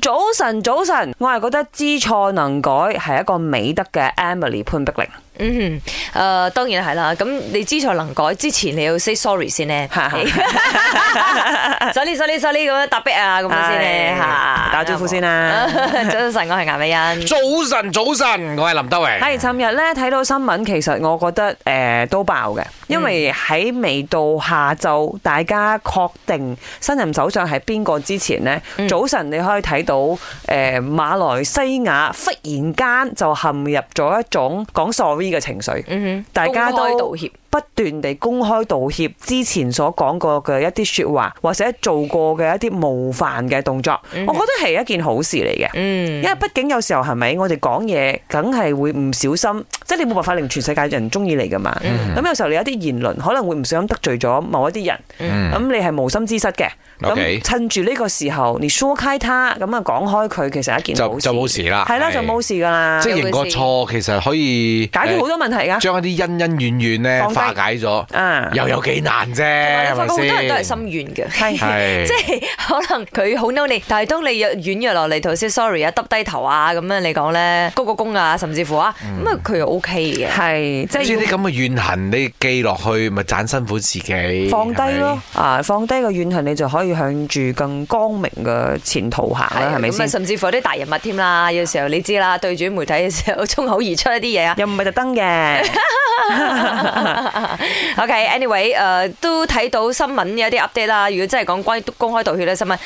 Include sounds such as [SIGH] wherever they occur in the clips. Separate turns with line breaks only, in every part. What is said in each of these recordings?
早晨，早晨，我係覺得知錯能改係一個美德嘅 Emily 潘碧玲，
嗯，誒、當然係啦。咁你知錯能改之前，你要 say sorry 先咧。sorry [LAUGHS] sorry sorry 咁樣答逼啊，咁樣先咧
係
嚇。
打招呼先
[LAUGHS]
啦
啊早晨，我係顏美欣。
早晨，早晨，我係林德榮。
哎
係，尋日咧睇到新聞，其實我覺得誒、呃都爆
嗯
嘅，因為喺未到下晝，大家確定新任首相係邊個之前呢，
嗯
早晨你可以睇到誒、呃、馬來西亞忽然間就陷入咗一種講 sorry 嘅情緒，
嗯哼
大家
公開
都
道歉。
不斷地公開道歉之前所講過嘅一啲説話，或者做過嘅一啲冒犯嘅動作，
嗯
我覺得係一件好事嚟嘅。因
嗯
為畢竟有時候係咪我哋講嘢，梗係會唔小心，即係你冇辦法令全世界人中意你噶嘛。
嗯
咁有時候你有啲言論可能會唔小心得罪咗某一啲人，咁你係無心之失嘅。
嗯 OK
咁趁住呢個時候，你疏開他，咁啊講開佢，其實係一件好事
就就冇事啦。
係啦，就冇事噶啦，
即係認個錯，其實可以
解決好多問題
呃
噶。
將一啲恩恩怨怨咧
放低
化解咗，
啊，
又有幾難啫，
我
係
發覺好多人都
咪
係
先
心？軟嘅。
係
[LAUGHS]
係
即係可能佢好嬲你，但係當你若軟弱落嚟，頭先 sorry 啊，耷低頭啊，咁樣你講咧，鞠個躬啊，甚至乎啊，
嗯
咁啊佢又 OK 嘅。
係，即
即
係
係
要
啲咁嘅怨恨，你記落去咪盞辛苦自己，
放低
係
咯
咪。，
啊，放低個怨恨，你就可以向住更光明嘅前途行
係
啦，係咪
咁啊，
先？
甚至乎有啲大人物添啦，有時候你知啦，對住啲媒體嘅時候，衝口而出一啲
[LAUGHS]
嘢啊。
又唔係特登嘅，
OK，anyway，誒、都呃睇到新聞有啲 update 啦。如果真係講關於公開道歉咧，新聞誒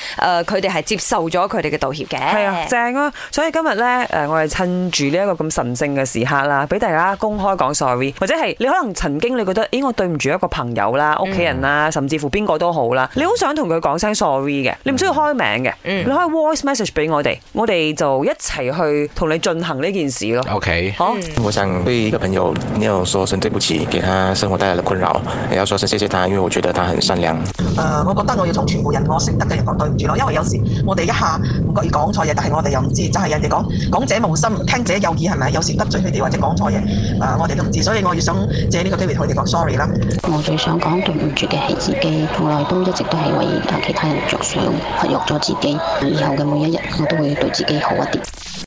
佢哋係接受咗佢哋嘅道歉嘅。
係啊，正啊！所以今日咧，誒，我哋趁住呢一個咁神聖嘅時刻啦，俾大家公開講 sorry，或者係你可能曾經你覺得，咦，我對唔住一個朋友啦、屋企人啦，甚至乎邊個都好啦，你好想同佢講聲 sorry 嘅，你唔需要開名嘅，你可以 voice message 俾我哋，我哋就一齊去同你進行呢件事咯。
OK，
好，
我想对一个朋友，没有说声对不起，给他生活带来的困扰，也要说声谢谢他，因为我觉得他很善良。
誒、呃我覺得我要同全部人我識得嘅人講對唔住咯，因為有時我哋一下唔覺意講錯嘢，但係我哋又唔知，就係、人哋講講者無心，聽者有意係咪？有時得罪佢哋或者講錯嘢，誒、我哋都唔知，所以我要想借呢個機會同佢哋講 sorry 啦。
我最想講對唔住嘅係自己，從來都一直都係為其他人着想，忽略咗自己。以後嘅每一日，我都會對自己好一啲。